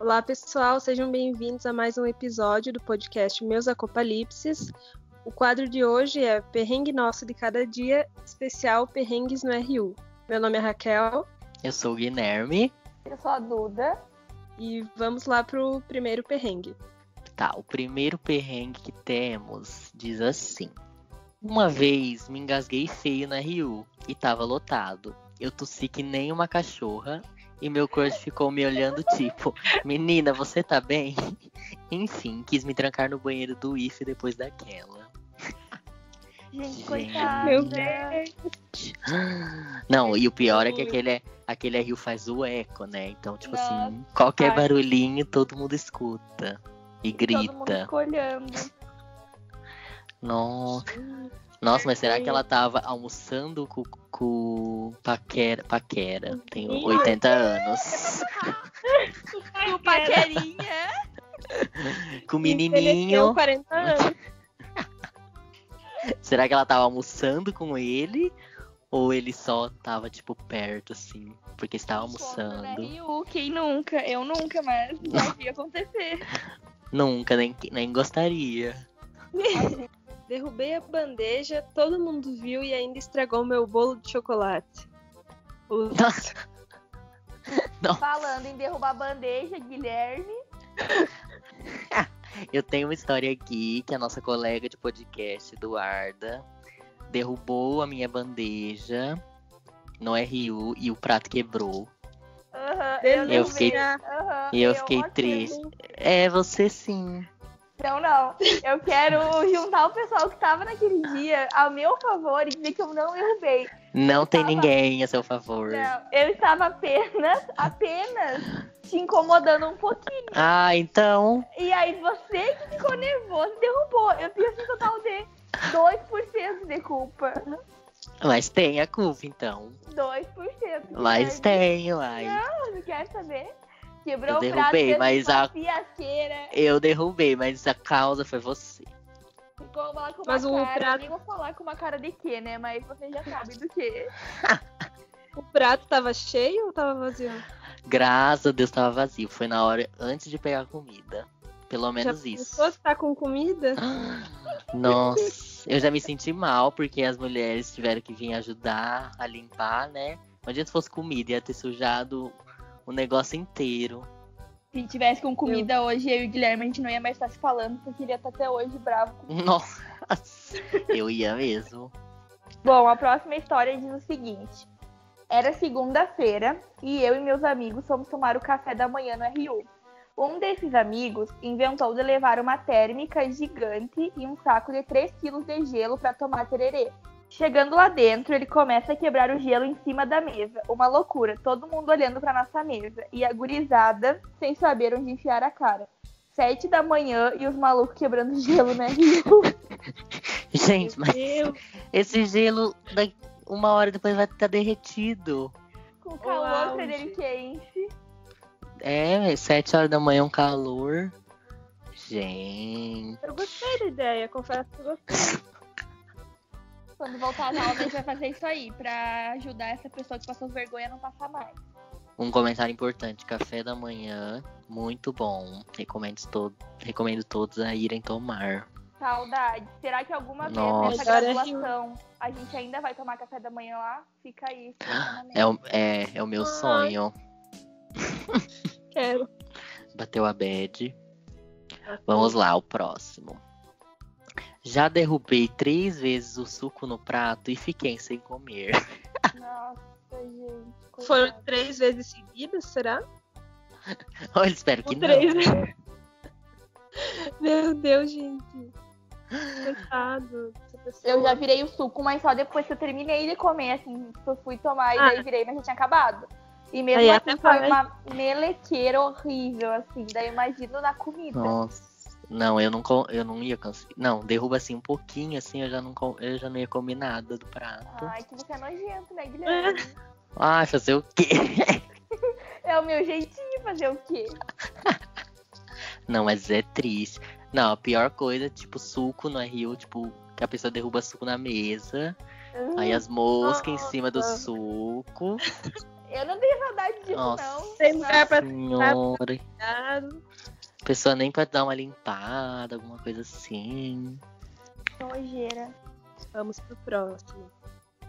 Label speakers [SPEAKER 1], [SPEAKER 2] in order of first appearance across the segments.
[SPEAKER 1] Olá, pessoal, sejam bem-vindos a mais um episódio do podcast Meus Acopalipses. O quadro de hoje é Perrengue Nosso de Cada Dia, especial Perrengues no RU. Meu nome é Raquel.
[SPEAKER 2] Eu sou o Guilherme.
[SPEAKER 3] Eu sou a Duda.
[SPEAKER 1] E vamos lá pro primeiro perrengue.
[SPEAKER 2] Tá, o primeiro perrengue que temos diz assim: Uma vez me engasguei feio na RU e tava lotado. Eu tossi que nem uma cachorra e meu crush ficou me olhando tipo, menina, você tá bem? Enfim, quis me trancar no banheiro do IF depois daquela.
[SPEAKER 3] Gente,
[SPEAKER 2] Gente.
[SPEAKER 3] coitada. né?
[SPEAKER 1] Meu Deus!
[SPEAKER 2] Não, e o pior é que aquele, aquele rio faz o eco, né? Então, tipo assim,
[SPEAKER 3] Nossa,
[SPEAKER 2] qualquer
[SPEAKER 3] ai.
[SPEAKER 2] barulhinho todo mundo escuta e
[SPEAKER 3] Todo mundo
[SPEAKER 2] grita.
[SPEAKER 3] escolhendo.
[SPEAKER 2] Nossa. Nossa, mas será que ela tava almoçando com, com Paquera? Paquera, tem
[SPEAKER 1] Ih.
[SPEAKER 2] 80 anos.
[SPEAKER 4] O paquerinha.
[SPEAKER 2] Com o
[SPEAKER 1] Envelheceu
[SPEAKER 2] menininho.
[SPEAKER 1] 40 anos.
[SPEAKER 2] Será que ela tava almoçando com ele? Ou ele só tava, tipo, perto, assim? Porque estava
[SPEAKER 1] né?
[SPEAKER 2] almoçando.
[SPEAKER 4] né? E o quem nunca? Eu nunca, mas já vi acontecer.
[SPEAKER 2] Nunca, nem, nem gostaria.
[SPEAKER 1] Derrubei a bandeja, todo mundo viu e ainda estragou meu bolo de chocolate. O-
[SPEAKER 2] Nossa. Nossa.
[SPEAKER 3] Falando em derrubar a bandeja, Guilherme.
[SPEAKER 2] Eu tenho uma história aqui que a nossa colega de podcast, Eduarda, derrubou a minha bandeja no RU e o prato quebrou.
[SPEAKER 3] Aham,
[SPEAKER 2] Eu
[SPEAKER 3] lembrei.
[SPEAKER 2] fiquei-
[SPEAKER 3] Aham,
[SPEAKER 2] e eu fiquei
[SPEAKER 3] ok.
[SPEAKER 2] triste. É, você sim.
[SPEAKER 3] Não, não. Eu quero juntar o pessoal que tava naquele dia ao meu favor e dizer que eu não derrubei.
[SPEAKER 2] Não tem
[SPEAKER 3] Tava-
[SPEAKER 2] ninguém a seu favor.
[SPEAKER 3] Ah, Não, eu estava apenas, apenas te incomodando um pouquinho.
[SPEAKER 2] Ah, então.
[SPEAKER 3] E aí você que ficou nervoso e derrubou. Eu tenho assim total de 2% de culpa.
[SPEAKER 2] Mas tem a culpa, então.
[SPEAKER 3] 2%.
[SPEAKER 2] Mas
[SPEAKER 3] Guilherme.
[SPEAKER 2] tem, uai.
[SPEAKER 3] Não, não quero saber. Quebrou
[SPEAKER 2] Eu
[SPEAKER 3] o prato,
[SPEAKER 2] derrubei,
[SPEAKER 3] fez
[SPEAKER 2] mas
[SPEAKER 3] uma
[SPEAKER 2] a-
[SPEAKER 3] fiasqueira.
[SPEAKER 2] Eu derrubei, mas a causa foi você.
[SPEAKER 3] Ficou lá com uma
[SPEAKER 1] Mas o
[SPEAKER 3] cara.
[SPEAKER 1] prato-
[SPEAKER 3] Nem vou falar com uma cara de quê, né? Mas vocês já sabem do quê.
[SPEAKER 1] O prato tava cheio ou tava vazio?
[SPEAKER 2] Graças a Deus tava vazio. Foi na hora antes de pegar a comida. Pelo menos
[SPEAKER 1] Já
[SPEAKER 2] isso.
[SPEAKER 1] pensou se tá com comida?
[SPEAKER 2] Nossa, eu já me senti mal porque as mulheres tiveram que vir ajudar a limpar, né? Imagina se fosse comida, ia ter sujado o negócio inteiro.
[SPEAKER 4] Se tivesse com comida hoje, eu e o Guilherme, a gente não ia mais estar se falando, porque ele ia estar até hoje bravo com
[SPEAKER 2] Nossa, eu ia mesmo.
[SPEAKER 3] Bom, a próxima história diz o seguinte. Era segunda-feira e eu e meus amigos fomos tomar o café da manhã no RU. Um desses amigos inventou de levar uma térmica gigante e um saco de 3 quilos de gelo para tomar tererê. Chegando lá dentro, ele começa a quebrar o gelo em cima da mesa. Uma loucura, todo mundo olhando para nossa mesa e agorizada, sem saber onde enfiar a cara. Sete da manhã e os malucos quebrando gelo né? no RU.
[SPEAKER 2] Gente, mas
[SPEAKER 1] Meu Deus,
[SPEAKER 2] esse gelo, daqui uma hora depois vai estar derretido.
[SPEAKER 3] Com o
[SPEAKER 1] auge.
[SPEAKER 3] calor frederiquense.
[SPEAKER 2] É, sete horas da manhã um calor. Gente.
[SPEAKER 1] eu gostei da ideia, confesso que eu gostei.
[SPEAKER 4] Quando voltar às aulas, a gente vai fazer isso aí, pra ajudar essa pessoa que passou vergonha a não passar mais.
[SPEAKER 2] Um comentário importante: café da manhã, muito bom. Recomendo, to recomendo todos a irem tomar.
[SPEAKER 3] Saudade. Será que alguma vez
[SPEAKER 2] Nossa.
[SPEAKER 3] nessa
[SPEAKER 1] Agora é
[SPEAKER 3] graduação a gente ainda vai tomar café da manhã lá? Fica aí. esse questionamento.
[SPEAKER 2] É o, é, é o meu
[SPEAKER 1] Ai.
[SPEAKER 2] sonho.
[SPEAKER 1] Quero.
[SPEAKER 2] Bateu a bad. Vamos lá, o próximo. Já derrubei três vezes o suco no prato e fiquei sem comer.
[SPEAKER 3] Nossa, gente. coitado.
[SPEAKER 1] Foram três vezes seguidas, será?
[SPEAKER 2] Eu espero que
[SPEAKER 1] Ou
[SPEAKER 2] não.
[SPEAKER 1] três? Meu Deus, gente. Coitado. dessa pessoa.
[SPEAKER 3] Eu já virei o suco, mas só depois que eu terminei de comer, assim, que eu fui tomar e
[SPEAKER 1] Ah.
[SPEAKER 3] daí virei, mas já tinha acabado. E mesmo
[SPEAKER 1] Aí até
[SPEAKER 3] assim foi
[SPEAKER 1] faz.
[SPEAKER 3] uma melequeira horrível, assim, daí eu imagino na comida.
[SPEAKER 2] Nossa. Não, eu não, co- eu não ia conseguir. Não, derruba assim um pouquinho, assim, eu já não, co- eu já não ia comer nada do prato. Ai,
[SPEAKER 3] Ai, que você é nojento, né, Guilherme?
[SPEAKER 2] fazer o quê?
[SPEAKER 3] é o meu jeitinho fazer o quê?
[SPEAKER 2] Não, mas é triste. Não, a pior coisa, é, tipo, suco no Rio, tipo, que a pessoa derruba suco na mesa. Aí as moscas em cima do
[SPEAKER 1] Nossa.
[SPEAKER 2] suco.
[SPEAKER 3] Eu não tenho saudade disso,
[SPEAKER 2] Nossa.
[SPEAKER 3] não.
[SPEAKER 1] Tem lugar pra
[SPEAKER 2] Senhora.
[SPEAKER 1] ficar.
[SPEAKER 2] A pessoa nem pra dar uma limpada, alguma coisa assim.
[SPEAKER 3] Nojeira.
[SPEAKER 1] Vamos pro próximo.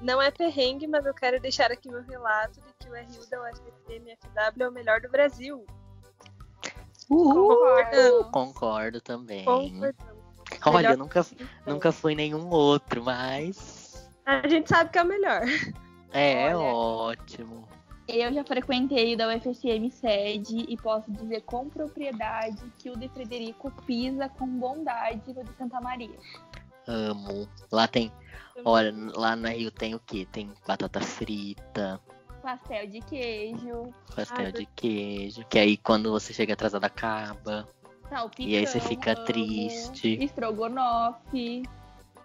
[SPEAKER 1] Não é perrengue, mas eu quero deixar aqui meu relato de que o RU da UFMFW é o melhor do Brasil. Uh!
[SPEAKER 3] Concordo.
[SPEAKER 2] Concordo também.
[SPEAKER 1] Concordamos.
[SPEAKER 2] É. Olha,
[SPEAKER 1] Melhor-
[SPEAKER 2] eu nunca, nunca fui nenhum outro, mas.
[SPEAKER 1] A gente sabe que é o melhor.
[SPEAKER 2] É
[SPEAKER 3] Olha.
[SPEAKER 2] ótimo.
[SPEAKER 4] Eu já frequentei o da UFSM sede e posso dizer com propriedade que o de Frederico pisa com bondade no de Santa Maria.
[SPEAKER 2] Amo. Lá tem. Olha, lá no Rio tem o quê? Tem batata frita,
[SPEAKER 4] Pastel de queijo,
[SPEAKER 2] pastel
[SPEAKER 1] Ai,
[SPEAKER 2] de queijo. Que aí quando você chega atrasado acaba.
[SPEAKER 4] salpicão.
[SPEAKER 2] e aí você fica
[SPEAKER 4] amo,
[SPEAKER 2] triste.
[SPEAKER 4] Estrogonofe,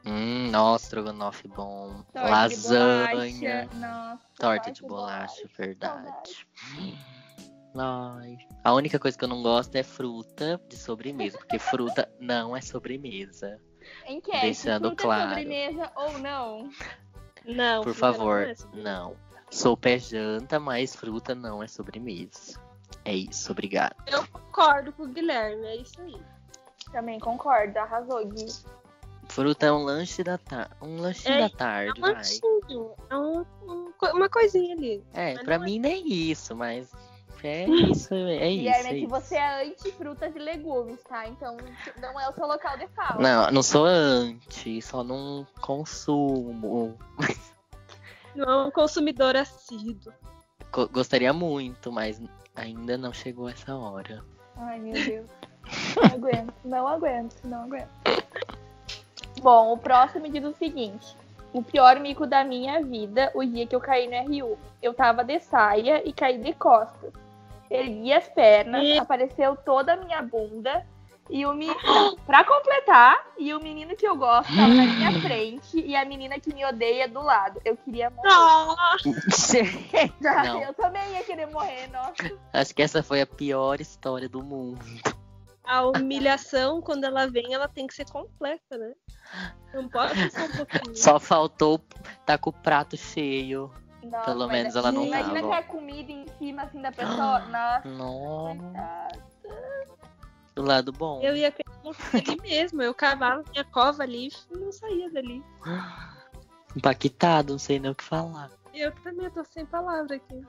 [SPEAKER 2] Hum, nossa, estrogonofe bom.
[SPEAKER 4] torta de bolacha.
[SPEAKER 2] Lasanha.
[SPEAKER 4] Nossa,
[SPEAKER 2] Torta de bolacha, verdade.
[SPEAKER 4] saudade.
[SPEAKER 2] Ai. A única coisa que eu não gosto é fruta de sobremesa, porque fruta não é sobremesa.
[SPEAKER 3] Enquete.
[SPEAKER 2] Deixando
[SPEAKER 3] fruta
[SPEAKER 2] claro.
[SPEAKER 3] sobremesa ou não?
[SPEAKER 1] Não,
[SPEAKER 2] Por
[SPEAKER 1] porque não
[SPEAKER 2] favor,
[SPEAKER 1] é sobre-
[SPEAKER 2] não. Sopa é janta, mas fruta não é sobremesa. É isso, obrigado.
[SPEAKER 1] Eu concordo com o Guilherme, é isso aí.
[SPEAKER 3] Também concordo, arrasou, Gui.
[SPEAKER 2] Fruta é um lanche da tarde. Um lanche
[SPEAKER 1] É,
[SPEAKER 2] da
[SPEAKER 1] É
[SPEAKER 2] tarde,
[SPEAKER 1] um
[SPEAKER 2] vai.
[SPEAKER 1] lanchinho, é um- um co- uma coisinha ali.
[SPEAKER 2] É,
[SPEAKER 1] mas
[SPEAKER 2] pra
[SPEAKER 1] não é.
[SPEAKER 2] mim nem isso, mas é isso, é isso.
[SPEAKER 3] Guilherme,
[SPEAKER 2] é
[SPEAKER 3] é que
[SPEAKER 2] isso.
[SPEAKER 3] você é anti-frutas e legumes, tá? Então não é o seu local de fala.
[SPEAKER 2] Não, não sou anti, só não consumo.
[SPEAKER 1] Não é um consumidor assíduo.
[SPEAKER 2] Co- gostaria muito, mas ainda não chegou essa hora.
[SPEAKER 3] Ai, meu Deus. Não aguento, não aguento, não aguento. Bom, o próximo diz o seguinte. O pior mico da minha vida, o dia que eu caí no RU. Eu tava de saia e caí de costas. Ergui as pernas,
[SPEAKER 1] Ih.
[SPEAKER 3] apareceu toda a minha bunda. E o me... Pra completar, e o menino que eu gosto tava na minha frente e a menina que me odeia do lado. Eu queria morrer.
[SPEAKER 1] Nossa,
[SPEAKER 2] Não.
[SPEAKER 3] Eu também ia querer morrer, nossa.
[SPEAKER 2] Acho que essa foi a pior história do mundo.
[SPEAKER 1] a humilhação, quando ela vem, ela tem que ser completa, né? Não pode ser só um pouquinho.
[SPEAKER 2] Só faltou tá com o prato cheio.
[SPEAKER 3] Nossa,
[SPEAKER 2] Pelo
[SPEAKER 3] mas
[SPEAKER 2] menos ela não
[SPEAKER 3] Imagina
[SPEAKER 2] tava. Ah.
[SPEAKER 3] que a comida em cima assim da pessoa. Nossa.
[SPEAKER 2] Não,
[SPEAKER 3] coitada.
[SPEAKER 2] do lado bom.
[SPEAKER 1] Eu ia querer morrer ali mesmo. Eu cavava minha cova ali e não saía dali.
[SPEAKER 2] Impactado, não sei nem o que falar.
[SPEAKER 1] Eu também tô sem palavra aqui.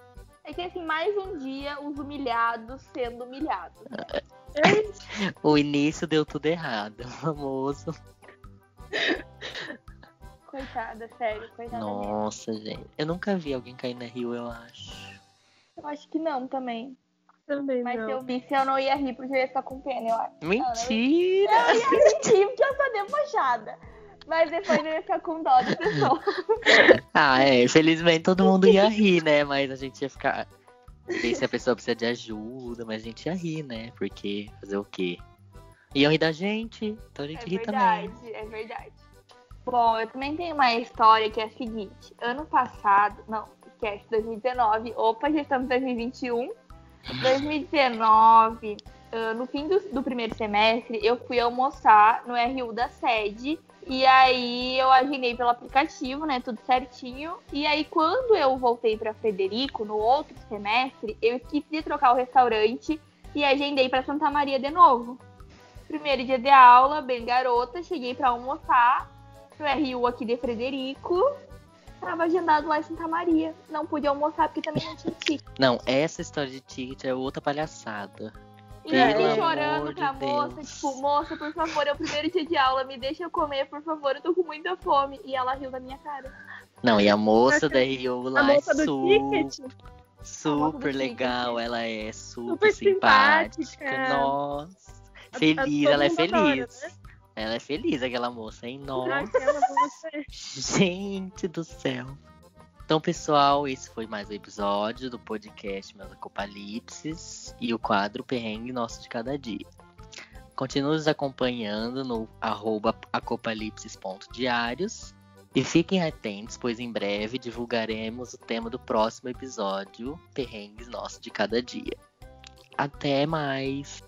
[SPEAKER 3] É que assim, mais um dia os humilhados sendo humilhados. né?
[SPEAKER 1] É isso.
[SPEAKER 2] O início deu tudo errado, famoso.
[SPEAKER 1] Tá
[SPEAKER 2] É.
[SPEAKER 3] Coitada, sério, coitada mesmo.
[SPEAKER 2] Nossa, gente. Eu nunca vi alguém cair na rio, eu acho.
[SPEAKER 3] Eu acho que não também.
[SPEAKER 1] Também
[SPEAKER 3] Mas
[SPEAKER 1] não.
[SPEAKER 3] se eu visse, eu não ia rir porque eu ia ficar com pena, eu acho.
[SPEAKER 2] Mentira!
[SPEAKER 3] Eu ia rir porque eu sou debochada. Mas depois eu ia ficar com dó de pessoa.
[SPEAKER 2] Ah, é. Infelizmente todo mundo ia rir, né? Mas a gente ia ficar. Não sei se a pessoa precisa de ajuda, mas a gente ia rir, né? Porque fazer o quê? Iam rir da gente, então a gente
[SPEAKER 3] É
[SPEAKER 2] ri
[SPEAKER 3] verdade,
[SPEAKER 2] também.
[SPEAKER 3] é verdade. Bom, eu também tenho uma história que é a seguinte. Ano passado, não, é esquece, 2019. Opa, já estamos em 2021. 2019, ah, no fim do, do primeiro semestre, eu fui almoçar no RU da sede. E aí eu agendei pelo aplicativo, né? Tudo certinho. E aí, quando eu voltei para Frederico, no outro semestre, eu esqueci de trocar o restaurante e agendei para Santa Maria de novo. Primeiro dia de aula, bem garota, cheguei pra almoçar no RU aqui de Frederico. Tava agendado lá em Santa Maria. Não pude almoçar porque também não tinha ticket.
[SPEAKER 2] Não, essa história de ticket é outra palhaçada.
[SPEAKER 3] E
[SPEAKER 2] Pelo
[SPEAKER 3] fiquei
[SPEAKER 2] amor
[SPEAKER 3] chorando
[SPEAKER 2] de
[SPEAKER 3] pra moça,
[SPEAKER 2] Deus.
[SPEAKER 3] tipo, moça, por favor, é o primeiro dia de aula, me deixa eu comer, por favor, eu tô com muita fome. E ela riu da minha cara.
[SPEAKER 2] Não, e a moça da Rio
[SPEAKER 1] A
[SPEAKER 2] lá é
[SPEAKER 1] moça do
[SPEAKER 2] super,
[SPEAKER 1] ticket,
[SPEAKER 2] super
[SPEAKER 3] ticket.
[SPEAKER 2] legal. Ela é
[SPEAKER 1] super
[SPEAKER 2] super, simpática.
[SPEAKER 1] simpática.
[SPEAKER 2] Nossa.
[SPEAKER 1] A- a-
[SPEAKER 2] Feliz,
[SPEAKER 1] todo
[SPEAKER 2] ela é
[SPEAKER 1] mundo adora, né?
[SPEAKER 2] feliz. Ela é feliz, aquela moça, hein? Nossa.
[SPEAKER 1] Aquela moça.
[SPEAKER 2] Gente do céu. Então, pessoal, esse foi mais um episódio do podcast Meus Acopalipses e o quadro Perrengue Nosso de Cada Dia. Continue nos acompanhando no arroba acopalipses.diários e fiquem atentos, pois em breve divulgaremos o tema do próximo episódio, Perrengues Nosso de Cada Dia. Até mais!